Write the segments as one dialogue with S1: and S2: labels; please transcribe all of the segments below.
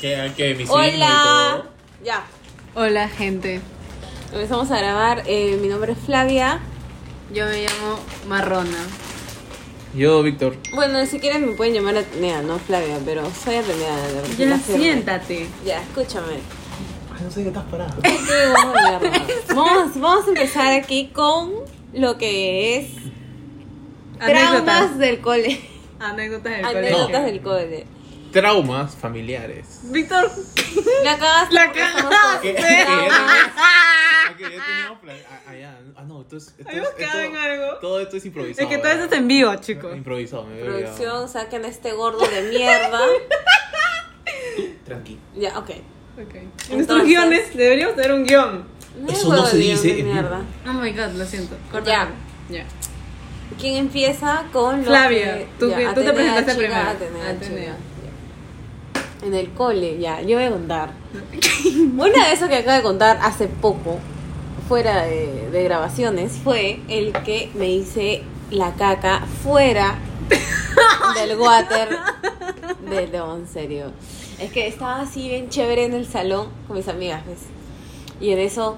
S1: que, que mis
S2: Hola. Ya.
S3: Hola, gente.
S2: Empezamos a grabar. Eh, mi nombre es Flavia.
S3: Yo me llamo Marrona.
S1: Yo, Víctor.
S2: Bueno, si quieren me pueden llamar Atenea, no Flavia, pero soy Atenea. de-
S3: Ya,
S2: la firme.
S3: siéntate.
S2: Ya, escúchame.
S1: Ay, no sé qué estás parada.
S2: Sí, vamos, a hablar. vamos, vamos a empezar aquí con lo que es traumas
S3: Anécdotas.
S2: del cole.
S3: Anécdotas del colegio.
S2: Anécdotas del cole.
S1: Traumas familiares.
S3: Víctor.
S2: La cagaste.
S3: La
S2: porque somos
S3: cagaste.
S2: todos traumas.
S1: Ah, que yo tenía plan- ah, ah, ya. Ah, no, esto es. esto es-
S3: Habíamos quedado en
S1: esto-
S3: algo.
S1: Todo esto es improvisado.
S3: Es que todo eso es
S1: ¿verdad?
S3: en vivo, chicos.
S1: Improvisado, me había olvidado.
S2: Producción, saquen a este gordo de mierda.
S1: Tranqui.
S2: Ya, ok.
S3: Okay. Nuestros
S2: Entonces-
S3: guiones, deberíamos tener un guión.
S1: Eso no
S2: me acuerdo
S1: se
S2: de guión
S1: dice,
S2: de
S1: es muy-
S2: mierda.
S3: Oh my god, lo siento.
S2: Ya.
S3: Córtalo. Ya.
S2: ¿Quién empieza con lo
S3: Flavia,
S2: que-
S3: tú que- tú te
S2: Atenea,
S3: presentaste
S2: chica,
S3: primero.
S2: Atenea,
S3: Atenea.
S2: chica, ya. En el cole, ya, yo voy a contar. Una de esas que acabo de contar hace poco, fuera de, de grabaciones, fue el que me hice la caca fuera del water de León, serio. Es que estaba así bien chévere en el salón con mis amigas, ¿ves? Y en eso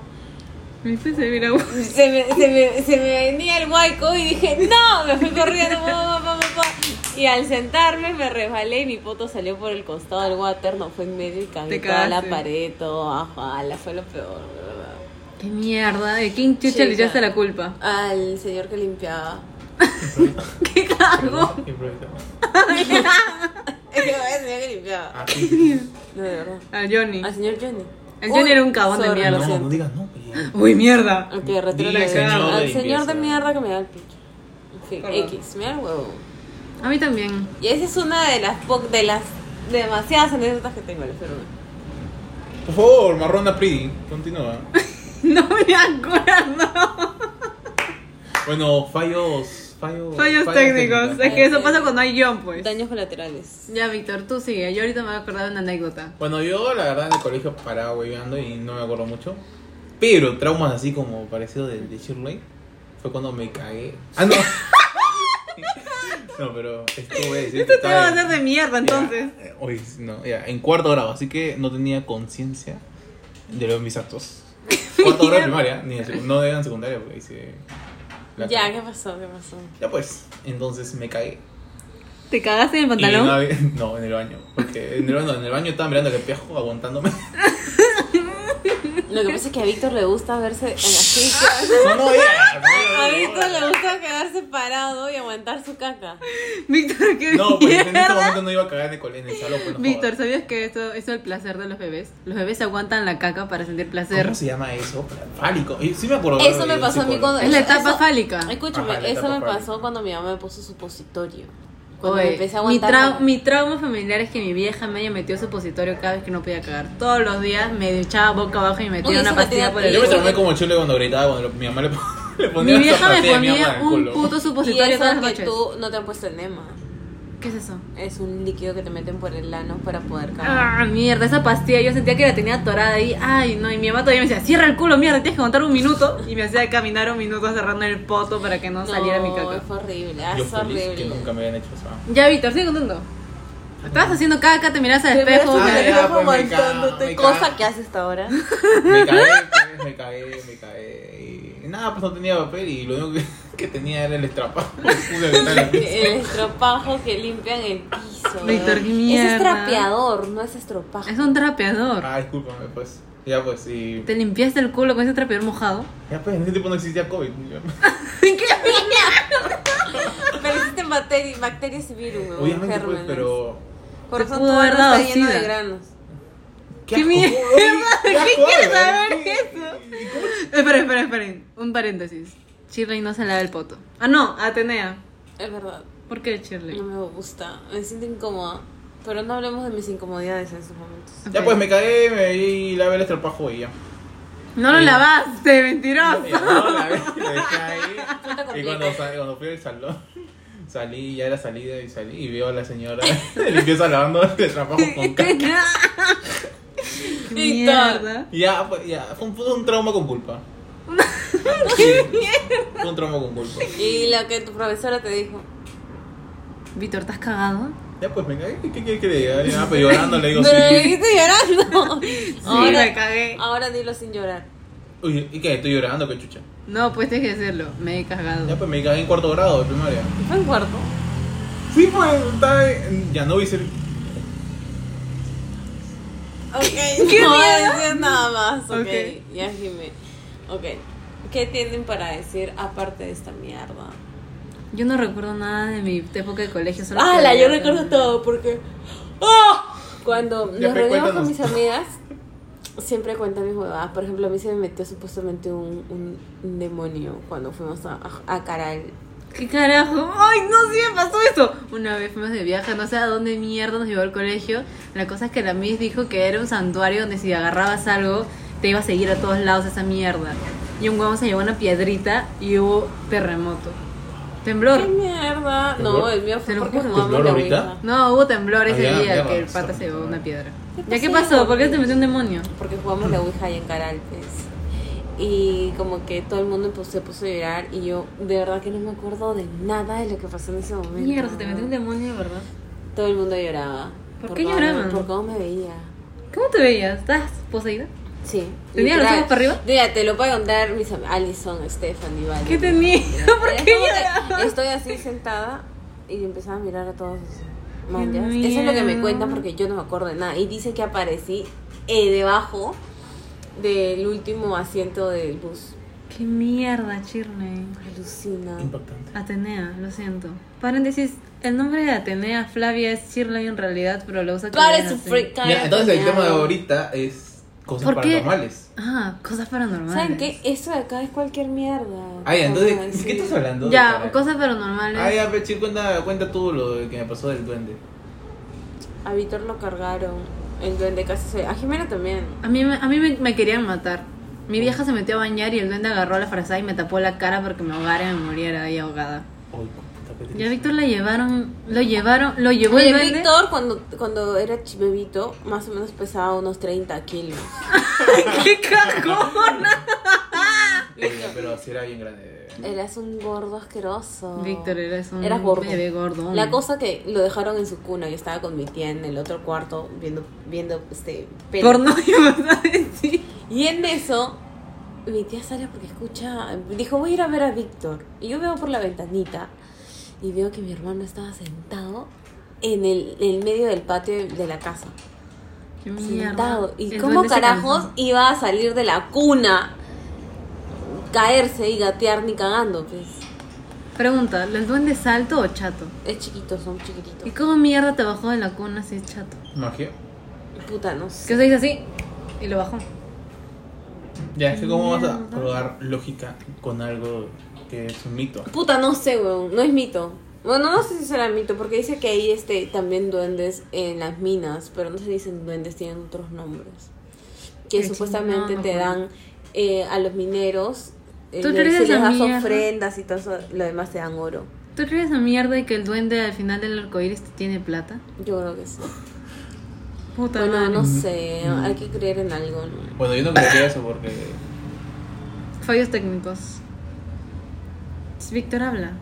S3: Me hice servir agua.
S2: se me, se, me, se me venía el huaico y dije, no, me fui corriendo. pa, pa, pa, pa, pa. Y al sentarme me resbalé y mi poto salió por el costado del water, no fue en medio y cagué
S3: Te
S2: toda la
S3: cagaste.
S2: pared, todo abajo. ala, fue lo peor, de verdad.
S3: Qué mierda. ¿De quién chucha le
S2: Chica.
S3: echaste la culpa?
S2: Al señor que limpiaba.
S3: ¿Qué cago?
S1: Perdón, Improvisado.
S2: Es que era el señor que limpiaba.
S1: Ah, sí.
S2: No, de verdad.
S3: A Johnny.
S2: Al señor Johnny.
S3: El Johnny
S2: Uy,
S3: era un cabón de
S2: sorry. Lo
S3: mierda.
S1: No,
S2: siento.
S1: no digas no, pues, pero-
S3: Uy, mierda.
S2: Ok, retiro
S1: Dile
S2: la idea.
S1: señor de
S2: Al señor de
S1: limpieza.
S2: mierda que me da el picho. En fin,
S3: Perdón.
S2: X, me da el huevo.
S3: A mí también.
S2: Y esa es una de las po- de las demasiadas anécdotas que tengo, les juro.
S1: Por favor, Marrona Pretty, continúa.
S3: No me acuerdo.
S1: Bueno, fallos. Fallos,
S3: Fallos técnicos. Es que eso pasa cuando hay guión, pues.
S2: Daños colaterales.
S3: Ya, Víctor, tú sigue. Yo ahorita me voy a acordar de una anécdota.
S1: Bueno, yo la verdad en el colegio paraba hueveando y no me acuerdo mucho. Pero traumas así como parecido del de Shirley fue cuando me cagué. Ah, no. no, pero estuve.
S3: Este te va a hacer de mierda, entonces.
S1: eh, Hoy no, ya, en cuarto grado, así que no tenía conciencia de los mis actos. Cuarto grado de primaria, ni de secu- no de en secundaria porque hice. la
S2: ya,
S1: caga.
S2: ¿qué pasó? ¿Qué pasó?
S1: Ya pues, entonces me cagué.
S3: ¿Te cagaste en el
S1: Y no,
S3: pantalón?
S1: había- no, en el baño. Porque en el baño, en el baño estaba mirando el espejo, aguantándome.
S2: Lo que pasa es que a Víctor le gusta verse en la silla.
S1: No, no, ya.
S2: A Víctor le gusta quedarse parado y aguantar su caca.
S3: Víctor, qué
S1: No, pues en este
S3: mierda.
S1: momento no iba a cagar en el, cole- en el salón. pues, no
S3: Víctor,
S1: jodas.
S3: ¿sabías que eso, eso es el placer de los bebés? Los bebés aguantan la caca para sentir placer.
S1: ¿Cómo se llama eso? Fálico. Y Sí me acuerdo. eh,
S2: Eso me pasó a mí cuando-
S3: Es la etapa
S2: Eso-
S3: fálica.
S1: Ah,
S2: Escúchame,
S1: Ajá, la
S2: eso
S1: etapa
S2: me
S1: fálica.
S2: pasó cuando mi mamá me puso supositorio. Cuando
S3: Oye,
S2: me empecé a
S3: mi,
S2: aguantar.
S3: trau-
S2: la-
S3: mi trauma familiar es que mi vieja me metió supositorio cada vez que no podía cagar. Todos los días me echaba boca abajo y me metía
S2: Uy,
S3: una
S2: eso me
S3: pastilla
S2: tenía
S3: por
S2: que-
S3: el
S1: Yo me
S3: culo.
S1: traumé como chule cuando gritaba, cuando lo- mi mamá le, po- le ponía
S3: Mi vieja
S1: esa
S3: me
S1: pastilla de mierda
S3: ponía
S1: en el
S3: un
S1: culo.
S3: puto
S2: Y
S3: supositorio todas
S2: eso
S3: las
S2: que
S3: noches.
S2: tú no te han puesto el nema.
S3: ¿Qué es eso?
S2: Es un líquido que te meten por el ano para poder cagar.
S3: Ah, mierda, esa pastilla yo sentía que la tenía atorada ahí. Ay, no, y mi mamá todavía me decía, cierra el culo, mierda, tienes que aguantar un minuto. Y me hacía caminar un minuto cerrando el poto para que no, saliera mi caca.
S2: Fue horrible, ah,
S1: Yo
S2: es
S1: feliz
S2: horrible.
S1: que nunca me habían hecho eso.
S3: Ya, Víctor, sigue contando. Estabas haciendo caca, te miras al
S2: Te ves
S3: espejo.
S2: en el
S1: Ah,
S3: me-
S1: ya,
S2: espejo
S1: pues, me cago,
S2: aguantándote,
S1: me cago.
S2: Cosa que haces hasta ahora.
S1: Me cagué, pues, me cagué, me cagué. Y nada, pues no tenía papel y lo único que, que tenía era el estrapado. Puta, que tal,
S2: El Eh, estropajo que limpian el piso.
S3: Víctor, qué mierda.
S2: Es trapeador, no es estropajo.
S3: Es un trapeador.
S1: Ah, discúlpame, pues. Ya pues, y.
S3: Te limpiaste el culo con ese trapeador mojado.
S1: Ya pues, en ese tiempo no existía COVID.
S2: Pero existen bacteri- bacterias y virus, weón,
S1: Obviamente, pues,
S2: gérmenes.
S1: pero.
S2: Por
S3: Te
S2: eso
S3: pudo
S2: todo
S3: haber
S2: está
S3: dado
S2: lleno de
S3: sida.
S2: granos.
S3: ¡Qué mierda! ¿Qué quieres saber
S1: eso?
S3: Esperen, esperen, esperen. Un paréntesis. Shirley no se lava el poto. Ah, no, Atenea.
S2: Es verdad,
S3: ¿Por qué
S2: no
S3: Shirley?
S2: me gusta. Me siento incómoda. Pero no hablemos de mis incomodidades en estos momentos.
S1: Ya pues, me cagué, me y lavé el estropajo y ya.
S3: No lo
S1: Sí.
S3: lavaste,
S1: Y
S3: mentiroso.
S1: no, la ve- la dejé ahí.
S2: complica.
S1: Y cuando, sal- cuando fui al salón, salí, ya era salida y salí y veo a la señora de limpieza lavando el trabajo con caca.
S3: Qué
S2: Víctor.
S3: mierda.
S1: Y ya, fue- ya, fue un, fue un trauma con culpa. Fue un trauma con culpa.
S2: Y lo que tu profesora te dijo.
S3: Víctor, ¿estás cagado?
S1: Ya pues me cagué, ¿qué quieres que le diga? Ya, pero llorando le digo
S2: Pero me
S1: sí.
S2: dijiste llorando.
S3: me cagué.
S2: Ahora dilo sin llorar.
S1: Uy, ¿y qué? Estoy llorando, qué chucha.
S3: No, pues tienes que decirlo. Me he
S1: Ya
S3: cagado.
S1: pues me cagué en cuarto grado de primaria.
S2: Fue en cuarto.
S1: Sí, pues, estaba en- ya no vi ser.
S2: Ok, no voy a
S3: miedo?
S2: decir nada más. Ok,
S3: Ok.
S2: ya dime. Ok, ¿qué tienen para decir aparte de esta mierda?
S3: Yo no recuerdo nada de mi época de colegio. solo
S2: ¡Hala!
S3: que-
S2: Yo recuerdo todo porque. ¡Ah! Cuando nos
S1: Ya, pero
S2: reunimos con
S1: cuéntanos.
S2: mis amigas, siempre cuentan mis huevadas. Por ejemplo, a mí se me metió supuestamente un, un- un demonio cuando fuimos a, a, a Caral.
S3: ¿Qué carajo? ¡Ay, no! Sí me pasó eso. Una vez fuimos de viaje, no sé a dónde mierda nos llevó al colegio. La cosa es que la Miss dijo que era un santuario donde si agarrabas algo, te iba a seguir a todos lados esa mierda. Y un huevón se llevó una piedrita y hubo terremoto. Temblor.
S2: ¡Qué mierda! No,
S1: ¿Temblor?
S2: el mío fue
S3: ¿Te lo
S2: porque
S3: juro?
S2: jugamos
S1: ¿Temblor
S2: la
S1: ahorita?
S2: Ouija.
S3: No, hubo temblor ese
S1: Ah, ya,
S3: día
S1: mierda,
S3: que el pata
S1: sorry.
S3: se llevó una piedra.
S2: ¿Qué
S3: ¿Ya qué
S2: pasó?
S3: pasó? ¿Por qué te metió un demonio?
S2: Porque jugamos la Ouija ahí en Caral, pues. Y como que todo el mundo pues, se puso a llorar y yo de verdad que no me acuerdo de nada de lo que pasó en ese momento.
S3: Mierda, se te metió un demonio, de ¿verdad?
S2: Todo el mundo lloraba.
S3: ¿Por qué
S2: cómo me-
S3: lloraban?
S2: Por cómo me veía.
S3: ¿Cómo te veías? ¿Estás poseída?
S2: Sí.
S3: ¿Tenía los ojos para arriba?
S2: Mira, te lo puedo contar mis am- Alison, Stephanie, Vale.
S3: ¿Qué tenía? ¿Por
S2: Es
S3: qué
S2: como que
S3: llorabas?
S2: Estoy así sentada y empezaba a mirar a todos. así, man,
S3: Qué
S2: ya. Eso es lo que me
S3: miedo.
S2: cuentan porque yo no me acuerdo de nada. Y dicen que aparecí eh, debajo del último asiento del bus.
S3: ¿Qué mierda, Chirney?
S2: Alucina.
S1: Impactante.
S3: Atenea, lo siento. Paréntesis, el nombre de Atenea Flavia es Shirley en realidad, pero lo usa como
S2: Para
S3: una
S2: su
S3: C.
S2: freak.
S1: Ya, entonces el tema de ahorita es cosas
S3: ¿Por qué?
S1: paranormales.
S3: Ah, cosas paranormales.
S2: ¿Saben qué? Eso de acá es cualquier mierda.
S1: Ah, ya,
S2: O sea,
S1: entonces,
S2: sí.
S1: ¿qué estás hablando?
S3: Ya,
S1: Caray.
S3: cosas paranormales.
S1: Ah, ya, Pechi, cuenta, cuenta tú lo que me pasó del duende.
S2: A Víctor lo cargaron. El duende casi se. A Jimena también.
S3: A mí, me- a mí me, me querían matar. Mi vieja se metió a bañar y el duende agarró la frazada y me tapó la cara porque me ahogara y me muriera ahí ahogada.
S1: Ay, puta, qué
S3: Ya
S1: triste.
S3: Víctor la llevaron, lo llevaron, lo llevó
S2: Oye,
S3: el duende.
S2: Víctor, cuando, cuando era ch- bebito, más o menos pesaba unos 30 kilos.
S3: ¡Qué cagona!
S1: Venga, Pero si era bien grande.
S3: Eh.
S2: Eras un gordo asqueroso.
S3: Víctor, eres un
S2: Eras gordo.
S3: bebé gordo.
S2: La cosa que lo dejaron en su cuna. Yo estaba con mi tía en el otro cuarto viendo, viendo este peli.
S3: Porno, ibas a decir.
S2: Y en eso, mi tía sale porque escucha. Dijo, voy a ir a ver a Víctor. Y yo veo por la ventanita y veo que mi hermano estaba sentado en el, en el medio del patio de la casa.
S3: Qué mierda.
S2: sentado. ¿Y
S3: El
S2: cómo
S3: duende se
S2: carajos
S3: cansó.
S2: iba a salir de la cuna? Caerse y gatear ni cagando, pues.
S3: Pregunta, ¿el duende es alto o chato?
S2: Es chiquito, son
S3: ¿Y
S2: chiquititos.
S3: cómo mierda te bajó de la cuna si es chato?
S1: ¿Magia?
S2: Puta, no sé.
S3: Que se dice así y lo bajó.
S1: Ya, es que cómo vas a
S3: Mierda.
S1: probar lógica con algo que es un mito.
S2: Puta, no sé, weón. No es mito. Bueno, no sé si será mito, porque dice que hay este, también duendes en las minas, pero no se dicen duendes, tienen otros nombres. Que
S3: Qué
S2: supuestamente
S3: chingón,
S2: te
S3: weón.
S2: dan eh, a los mineros, eh,
S3: Tú
S2: le-
S3: crees
S2: se les
S3: esa
S2: das
S3: mierda.
S2: ofrendas y todo eso, lo demás te dan oro.
S3: ¿Tú crees esa mierda y que el duende al final del arcoíris tiene plata?
S2: Yo creo que sí.
S3: Puta
S2: Bueno,
S3: madre.
S2: no sé, hay que creer en algo, ¿no?
S1: Bueno, yo no creería eso porque.
S3: Fallos técnicos. Pues, Víctor habla.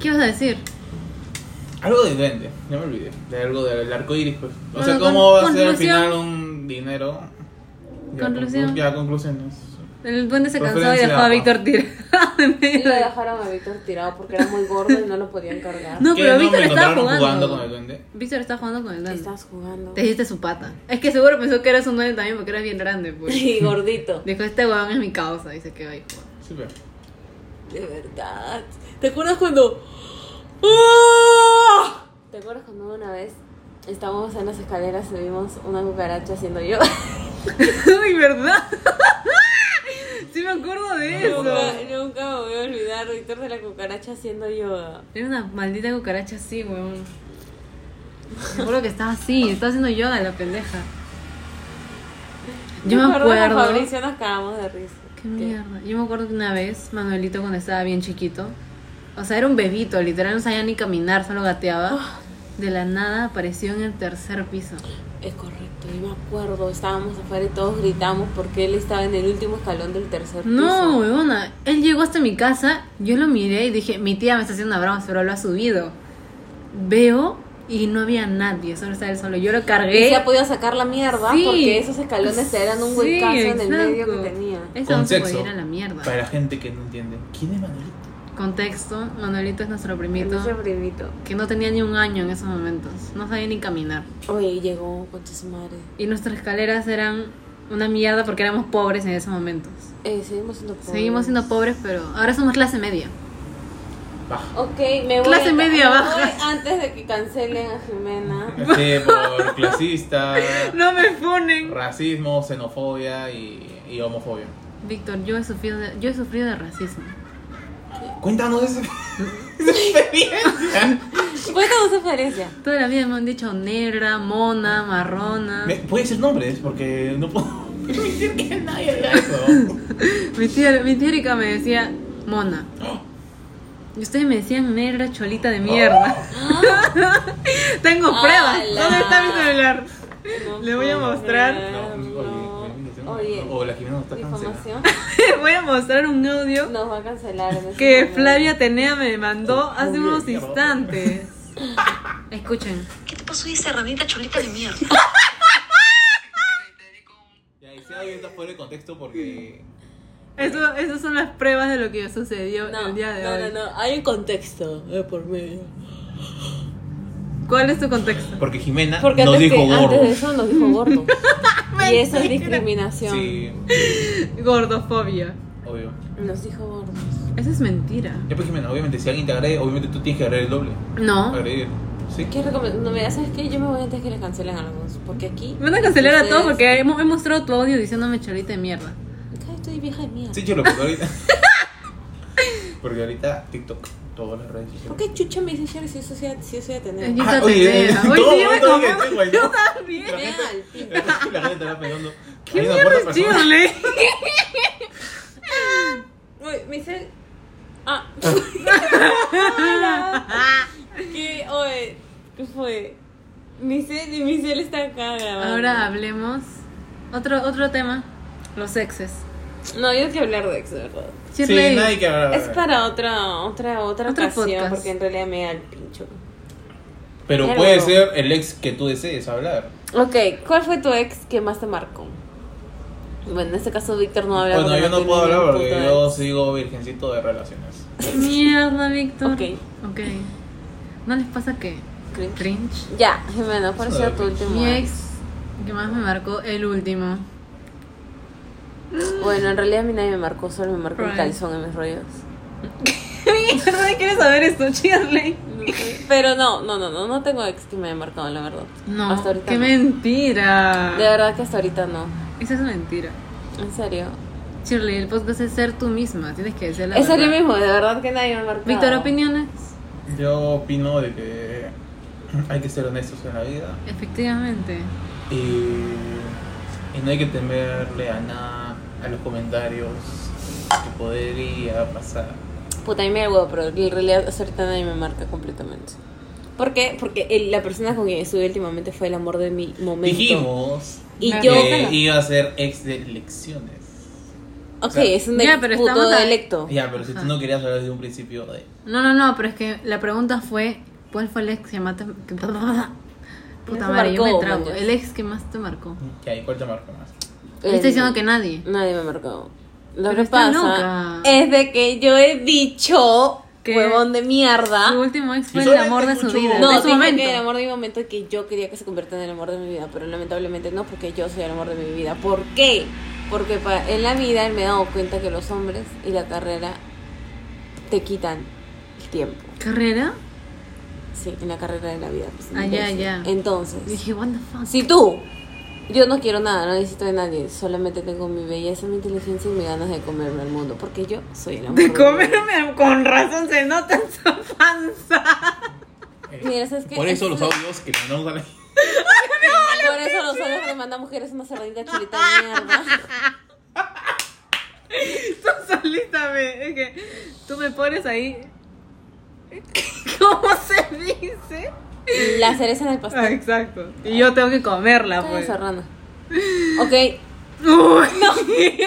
S3: ¿Qué vas a decir?
S1: Algo de duende, ya me olvidé. De algo del arco iris, pues. O
S3: Bueno,
S1: sea,
S3: con-
S1: ¿cómo va a ser al
S3: conclusión.
S1: final un dinero? Ya,
S3: Conclusión.
S1: conclu- Ya, conclusiones.
S3: El duende se cansó y
S1: Referencia
S3: dejó a
S1: a-
S3: Víctor tirado en
S2: Y
S3: medio
S2: lo
S3: de-
S2: dejaron a Víctor tirado porque era muy gordo y no lo podían cargar.
S3: No,
S1: ¿Qué,
S3: pero
S1: no
S3: Víctor
S1: me
S3: estaba
S1: encontraron jugando
S3: jugando.
S1: con el duende?
S3: Víctor estaba jugando con el duende.
S2: Estás jugando.
S3: Te hiciste su pata. Es que seguro pensó que eras un duende también porque eras bien grande, pues.
S2: Y gordito.
S3: Dijo, este huevón es mi causa. Dice que va a jugar.
S1: Sí, pero.
S2: De verdad. ¿Te acuerdas cuando.? ¡Ah! ¿Te acuerdas cuando una vez estábamos en las escaleras y vimos una cucaracha haciendo yo?
S3: Ay, ¿verdad? sí me acuerdo de eso.
S2: nunca, nunca me voy a olvidar, Víctor, de la cucaracha haciendo yoga.
S3: Era una maldita cucaracha así, weón. Me acuerdo que estaba así, estaba haciendo yoga la pendeja. Yo me
S2: Con
S3: acuerdo.
S2: Fabricio nos cagamos de risa.
S3: Qué mierda. Yo me acuerdo que una vez, Manuelito, cuando estaba bien chiquito, o sea, era un bebito, literal no sabía ni caminar, solo gateaba. De la nada apareció en el tercer piso.
S2: Es correcto, yo me acuerdo, estábamos afuera y todos gritamos porque él estaba en el último escalón del tercer piso.
S3: No, huevona. Él llegó hasta mi casa, yo lo miré y dije, mi tía me está haciendo una broma, seguro lo ha subido. veo y no había nadie, solo estaba él solo. Yo lo
S2: Y
S3: cargué.
S2: se ha podido sacar la mierda
S3: Sí.
S2: porque esos escalones te eran un
S3: Sí,
S2: huecazo en el
S3: exacto.
S2: medio que tenía.
S3: Eso no se
S1: Contexto.
S3: puede ir a la mierda.
S1: Para la gente que no entiende. ¿Quién es Manolito?
S3: Contexto, Manuelito es nuestro primito
S2: Ese primito.
S3: que no tenía ni un año en esos momentos. No sabía ni caminar.
S2: Oye, llegó con su madre.
S3: Y nuestras escaleras eran una mierda porque éramos pobres en esos momentos.
S2: Eh, seguimos siendo pobres.
S3: Seguimos siendo pobres, pero ahora somos clase media.
S1: Baja.
S2: Ok, me voy.
S3: Clase media
S2: me
S3: baja.
S2: voy antes de que cancelen a Jimena.
S1: Este, por clasista,
S3: No me ponen.
S1: racismo, xenofobia y, y homofobia.
S3: Víctor, yo he sufrido de, yo he sufrido de racismo.
S1: Cuéntanos esa
S3: Ah.
S1: esa experiencia.
S2: Cuéntanos tu experiencia.
S3: Toda la vida me han dicho negra, mona, marrona.
S1: Me- ¿Puedes decir nombres? Porque no puedo permitir que nadie haga eso.
S3: Mi tía, mi tía Erika me decía mona. Y ustedes me decían negra cholita de mierda. Tengo
S2: Ah.
S3: pruebas.
S2: ¡Hala!
S3: ¿Dónde está mi celular?
S2: No
S3: Le voy a
S2: puedo
S3: mostrar.
S1: No, no,
S2: creerlo.
S1: oye,
S2: Oye,
S1: o la Jimena nos está cancelando.
S2: difamación
S3: Voy a mostrar un audio
S2: nos va a cancelar. en este
S3: que
S2: momento.
S3: Flavia Tenea me mandó
S1: Un
S3: hace
S1: audio de
S3: unos
S1: mierda.
S3: instantes. Escuchen.
S4: ¿Qué te pasó, esa ranita chulita de mierda?
S1: Ya, y sea bien está fuera de contexto porque.
S3: Eso, esas son las pruebas de lo que sucedió
S2: No,
S3: el día de
S2: no,
S3: hoy.
S2: no, no, hay un contexto eh, por medio.
S3: ¿Cuál es tu contexto?
S1: Porque Jimena
S2: Porque
S1: nos
S2: antes,
S1: dijo
S2: que, antes
S1: gordo.
S2: de eso nos dijo gordo. y eso es discriminación.
S1: Sí,
S3: Gordofobia.
S1: obvio.
S2: Nos dijo gordo.
S3: Eso es mentira.
S1: Ya pues Jimena, obviamente si alguien te agrede, obviamente tú tienes que agredir el doble.
S3: No.
S1: Agredir. ¿Sí?
S2: Ah. ¿Qué recomend- No, mira, ¿sabes qué? Yo me voy antes que le cancelen a algunos. Porque aquí.
S3: Me van a cancelar a todos
S2: ustedes-
S3: porque he, he mostrado tu audio diciéndome cholita de mierda.
S2: Estoy vieja de mierda.
S1: Sí, yo lo porque ahorita. porque ahorita TikTok, todas las redes
S2: ¿Por
S1: sociales.
S2: qué chucha me dice Sherry si eso sea, si eso sea tener?
S3: Yo
S1: Ah,
S3: te
S1: oye,
S3: tengo.
S1: en
S3: Hoy
S1: todo
S3: sí yo me
S1: momento dije,
S3: comí-
S1: "Tengo el
S3: Yo
S1: no".
S3: también.
S1: La gente-
S2: al pin.
S1: La gente te va pegando.
S3: ¿Qué
S1: Hay una
S3: mierda
S1: cuarta
S3: es
S1: persona.
S3: Chile?
S2: Uy, me dice. Ah. ¿Qué? Oye, ¿qué fue? Mi cel, mi cel está acá grabando.
S3: Ahora hablemos. Otro, otro tema. Los exes.
S2: No, yo quiero hablar de ex, de verdad.
S1: Sí,
S3: Shirley,
S1: nadie que hablar.
S2: Es para otra, otra, otra
S3: Otro
S2: ocasión,
S3: podcast.
S2: porque en realidad me da el pincho.
S1: Pero
S2: Pero-
S1: puede ser el ex que tú desees hablar.
S2: Ok, ¿cuál fue tu ex que más te marcó? Bueno, en este caso Víctor no habla.
S1: bueno,
S2: porque
S1: yo no
S2: tiene
S1: puedo hablar
S2: ningún
S1: porque
S2: puto
S1: yo
S2: ex.
S1: sigo virgencito de relaciones.
S3: Mierda, Víctor.
S2: Ok.
S3: Ok. ¿No les pasa que
S2: Cringe.
S3: cringe?
S2: Ya, Jimena, ¿cuál ha
S1: Eso
S2: sido
S1: de
S2: tu
S1: cringe.
S2: último
S3: Mi ex, que más me marcó, el último.
S2: Bueno, en realidad a mí nadie me marcó, solo me marcó el
S3: Right.
S2: calzón en mis rollos.
S3: Mierda, ¿quieres saber esto, Shirley?
S2: Pero no, no, no, no, no tengo ex que me haya marcado, la verdad.
S3: No,
S2: hasta ahorita.
S3: qué
S2: no.
S3: mentira.
S2: De verdad que hasta ahorita no.
S3: Esa es mentira.
S2: En serio.
S3: Shirley, el podcast es ser tú misma. Tienes que decir la
S2: en serio
S3: verdad.
S2: mismo, de verdad que nadie me ha marcado.
S3: Víctor, opiniones.
S1: Yo opino de que hay que ser honestos en la vida
S3: Efectivamente.
S1: y, y no hay que temerle a nada, a los comentarios que podría pasar.
S2: Puta, a mí me da huevo, pero en realidad hasta ahorita nadie me marca completamente. ¿Por qué? Porque el- la persona con quien estuve últimamente fue el amor de mi momento.
S1: Dijimos
S2: Y
S3: Me
S2: yo.
S1: que iba a ser ex de elecciones. o
S2: Ok,
S1: sea,
S2: es un
S3: ya,
S2: ex
S3: pero
S2: puto
S3: estamos a-
S2: electo.
S1: Ya, pero si tú
S3: Ajá.
S1: no querías hablar desde un principio de...
S3: No, no, no, pero es que la pregunta fue: ¿Cuál fue el ex que más te. que- Puta
S2: te
S3: madre, yo me
S2: marcó,
S3: trago.
S2: Dios.
S3: El ex que más te marcó.
S1: Ya, ¿y cuál te marca más?
S3: Él está diciendo que nadie.
S2: Nadie me marcó. Lo
S3: Pero
S2: que
S3: está
S2: pasa
S3: loca.
S2: es de que yo he dicho,
S3: ¿Qué?
S2: huevón de mierda.
S3: Su último ex fue
S1: Yo
S3: el
S1: solamente
S3: amor de su
S1: escucho-
S3: vida.
S2: ¿Ah? No,
S3: de
S2: dijo
S3: su momento.
S2: que el amor de mi momento es que yo quería que se convierta en el amor de mi vida, pero lamentablemente no, porque yo soy el amor de mi vida. ¿Por qué? Porque pa- en la vida me he dado cuenta que los hombres y la carrera te quitan el tiempo.
S3: ¿Carrera?
S2: Sí, en la carrera de la vida. pues,
S3: Ah, ya,
S2: entonces-
S3: ya.
S2: Entonces,
S3: Dije, ¿what the fuck?
S2: si tú, yo no quiero nada, no necesito de nadie, solamente tengo mi belleza, mi inteligencia y mis ganas de comerme al mundo, porque yo soy el amor.
S3: De
S2: mi vida.
S3: comerme con razón se nota en su panza.
S1: Eh,
S2: Mira, ¿sabes qué?
S1: Por eso
S2: Es-
S1: los audios que le mandamos a la
S2: Por eso los hombres que mandan mujeres una cerradita chulita de mierda.
S3: Tú solita me. Es que tú me pones ahí. ¿Cómo se dice?
S2: La cereza en el pastel.
S3: Ah, exacto. Y yo tengo que comerla,
S2: Caga
S3: pues.
S2: esa rana. Ok,
S3: Uy,
S1: No, edi-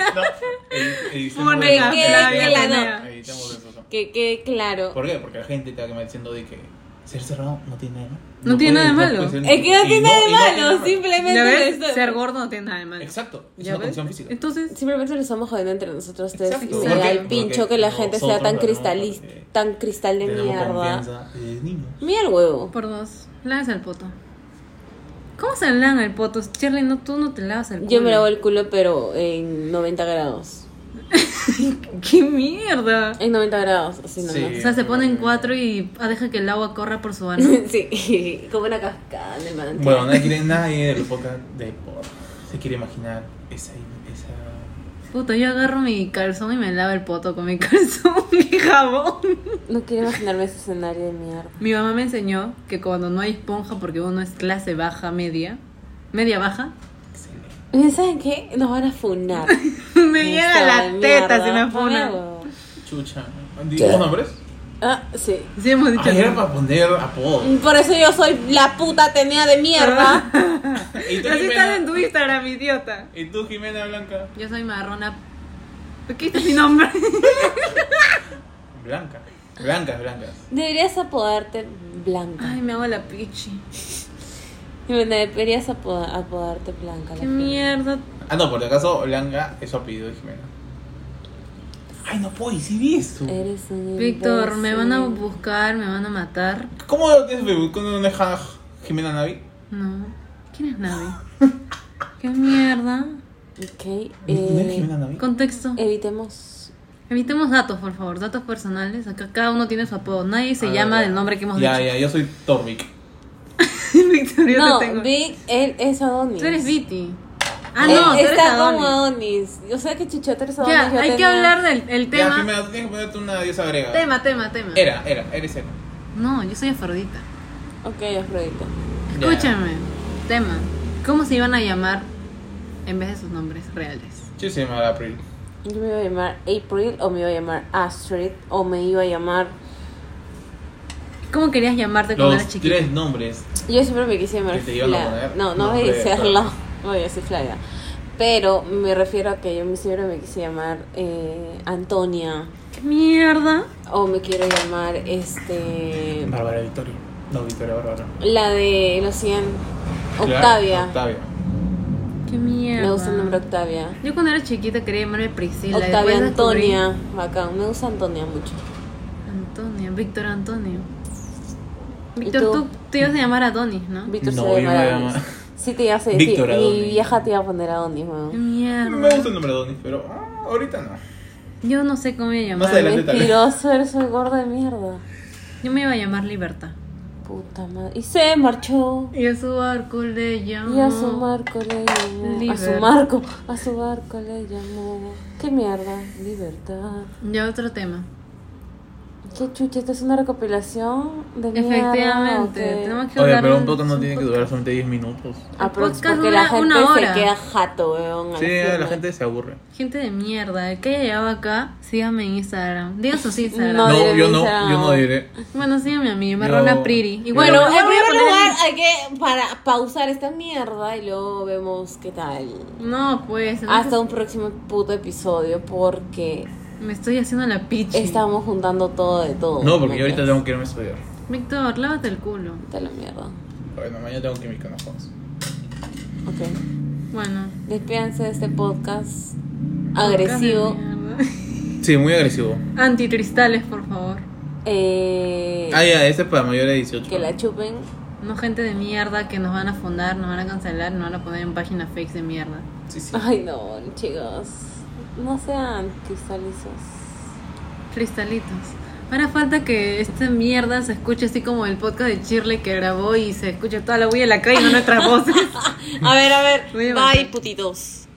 S1: editemos
S3: Pone
S1: eso.
S2: la Que- que- Flavia que la-
S1: Editemos eso.
S2: que quede claro.
S1: ¿Por qué? Porque la gente te va a quedar diciendo de que Ser cerrado no tiene nada.
S3: No tiene nada de
S1: puede-
S3: malo.
S1: puede ser-
S2: Es que no
S1: y
S2: tiene nada de
S1: y no
S2: malo,
S1: tiene nada
S2: simplemente.
S3: ¿Ya ves?
S2: lo está-
S3: Ser gordo no tiene nada de malo.
S1: Exacto, es
S3: ¿Ya
S1: una
S3: ves?
S1: condición física.
S3: Entonces,
S2: Simplemente lo estamos jodiendo entre nosotros tres.
S1: Exacto.
S2: Me
S1: ¿Por
S2: da
S1: qué?
S2: el pincho
S1: Porque
S2: que la gente sea
S1: nosotros
S2: tan
S1: lo tenemos
S2: cristalista,
S1: porque
S2: tan cristal de
S1: Tenemos
S2: mierda.
S1: confianza desde niños.
S2: Mira el huevo.
S3: por dos, laves al poto. ¿Cómo se lavan al poto? Shirley, no, tú no te lavas al
S2: Yo me lavo
S3: voy
S2: el culo, pero en 90 grados.
S3: ¡Qué mierda!
S2: En 90 grados, así
S1: Sí.
S2: nomás.
S3: O sea, se
S1: eh.
S3: ponen cuatro y ah, deja que el agua corra por su ano.
S2: Sí, como una cascada de manantial.
S1: Bueno, nadie quiere nadie del podcast de por se quiere imaginar esa esa
S3: Puta, yo agarro mi calzón y me lavo el poto con mi calzón y jabón.
S2: No quiero imaginarme ese escenario de mierda.
S3: Mi mamá me enseñó que cuando no hay esponja, porque uno es clase baja, media, media baja,
S1: excelente.
S2: ¿Saben qué? Nos van a funar.
S3: me llega la teta si
S2: se
S3: me pone.
S1: chucha. ¿Digo nombres?
S2: Ah, sí.
S3: Sí, hemos dicho.
S1: Ah, era para poner apodo.
S2: Por eso yo soy la puta tenía de mierda.
S3: Ah.
S1: ¿Y tú,
S3: Así estás en
S1: Jimena?
S3: tu Instagram, idiota.
S1: ¿Y tú, Jimena Blanca?
S3: Yo soy marrona. ¿Por ¿Qué es mi nombre?
S1: Blanca. Blancas, blancas.
S2: Deberías apodarte Blanca.
S3: Ay, me hago la pichi.
S2: Bueno, deberías apoda- apodarte Blanca. la
S3: Qué
S2: gente.
S3: mierda.
S1: Ah, no, por si acaso, Blanca es su apellido de Jimena. Ay, no puedo decir eso.
S3: Eh,
S2: Eres un
S3: Víctor, me van a
S2: imbécil.
S3: buscar, me van a matar.
S1: ¿Cómo lo tienes Facebook? ¿Con un hashtag Jimena Navi?
S3: No. ¿Quién es Navi? ¿Qué mierda?
S2: Ok.
S1: ¿No es
S2: eh,
S1: Jimena Navi?
S3: Contexto.
S2: evitemos.
S3: Evitemos datos, por favor. Datos personales. Acá cada uno tiene su apodo. Nadie se
S1: Ah,
S3: llama
S1: ya.
S3: del nombre que hemos
S1: Ya,
S3: dicho.
S1: ya, yo soy Torvik.
S3: Víctor, yo
S2: No,
S3: te tengo.
S2: Big, él es Adonis.
S3: Tú eres Viti. Ah,
S2: Él
S3: no, tú eres
S2: Eh, está
S3: Adonis.
S2: como Adonis. Yo sé que Chichota eres Adonis.
S3: Ya,
S2: yo
S3: hay que
S2: tenía-
S3: hablar del
S1: Ya,
S3: el tema.
S1: Jimena, tú tienes que ponerte una diosa griega.
S3: Tema, tema, tema.
S1: Era, era, eres era.
S3: No, yo soy Afrodita.
S2: Ok, Afrodita.
S1: Ya.
S3: Escúchame, tema. ¿Cómo se iban a llamar en vez de sus nombres reales?
S1: Yo soy Mara April.
S2: Yo me iba a llamar April, o me iba a llamar Astrid, o me iba a llamar.
S3: ¿Cómo querías llamarte cuando
S1: Los
S3: eras chiquita?
S1: tres nombres.
S2: Yo siempre me quise llamar
S1: Que te iban a
S2: Fla-
S1: poner
S2: No, no voy a
S1: nombre de
S2: decirlo.
S1: Flavia.
S2: Voy a decir Flavia. Pero me refiero a que yo siempre me quise llamar eh, Antonia.
S3: ¿Qué mierda?
S2: O me quiero llamar este.
S1: Bárbara Victoria. No, Victoria Bárbara.
S2: La de los 100.
S1: Claro,
S2: Octavia.
S1: Octavia.
S3: ¿Qué mierda?
S2: Me gusta el nombre Octavia.
S3: Yo cuando era chiquita quería llamarme Priscila.
S2: Octavia
S3: después descubrí-
S2: Antonia. Bacán. Me gusta Antonia mucho.
S3: Antonia, Víctor Antonio.
S2: ¿Y
S3: Víctor,
S2: tú?
S3: tú? te ibas a llamar Adonis, ¿no?
S2: Víctor
S1: No,
S2: se va a
S1: yo me
S2: llamar
S1: voy a
S2: Adonis.
S1: llamar-
S2: Sí, te ibas a decir.
S1: Víctor
S2: Mi
S1: Adonis.
S2: vieja te iba a poner Adonis, weón.
S3: ¿Qué
S1: Me
S3: mierda?
S1: gusta el nombre de Donis, pero ah, ahorita no.
S3: Yo no sé cómo me iba a
S1: Más
S3: llamar.
S1: adelante. tal vez.
S2: Mentiroso, eres un gordo de mierda.
S3: Yo me iba a llamar Libertad.
S2: Puta madre. Y se marchó.
S3: Y a su barco le llamó.
S2: Y a su marco le llamó. A su
S3: Liber-
S2: marco. A su barco le llamó. Qué mierda. Libertad.
S3: Ya otro tema.
S2: Qué chucha, esta es una recopilación de mierda.
S3: Efectivamente.
S2: ¿o qué?
S3: Tenemos que
S1: Oye,
S3: hablar
S1: pero un
S3: de-
S1: poco no
S3: un
S1: tiene que
S3: poco.
S1: durar solamente 10 minutos.
S2: Ah, pero es
S3: podcast
S2: porque la
S3: dura
S2: gente
S3: una
S2: se
S3: hora.
S2: queda jato, weón. a
S1: Sí,
S2: final.
S1: la gente se aburre.
S3: Gente de mierda, el que haya llegado acá, síganme en Instagram. Digan sus Instagram.
S2: No,
S1: No,
S2: diré
S1: yo
S2: mi
S1: no,
S2: Instagram.
S1: yo no diré.
S3: Bueno, síganme a mí, Marrona
S1: Yo-
S3: Priri. Y
S1: yo-
S3: bueno,
S2: Bueno,
S3: yo
S2: en
S3: voy a
S2: primer
S3: poner
S2: lugar hay que para pausar esta mierda y luego vemos qué tal.
S3: en- No, pues. entonces
S2: Hasta un próximo puto episodio porque
S3: Me estoy haciendo la pichi.
S2: estamos juntando todo de todo.
S1: No, porque yo ahorita
S2: ¿no?
S1: tengo que irme a estudiar.
S3: Víctor, lávate el culo.
S2: Vete a la mierda.
S1: Bueno, mañana tengo química, nos vamos.
S2: Ok.
S3: Bueno.
S2: Despídanse de este podcast agresivo.
S3: Podcast de mierda.
S1: Sí, muy agresivo.
S3: Antitristales, por favor.
S2: Eh,
S1: Ah, ya, ese es para mayores de 18.
S2: que la chupen.
S3: No gente de mierda que nos van a fundar, nos van a cancelar, nos van a poner en páginas fakes de mierda.
S1: Sí, sí.
S2: Ay, no, chicos. No sean cristalizos.
S3: Cristalitos. Ahora falta que esta mierda se escuche así como el podcast de Shirley que grabó y se escucha toda la bulla de la calle y no nuestras voces.
S2: A ver, a
S3: Voy a
S2: ver.
S3: matar.
S2: Bye, putitos.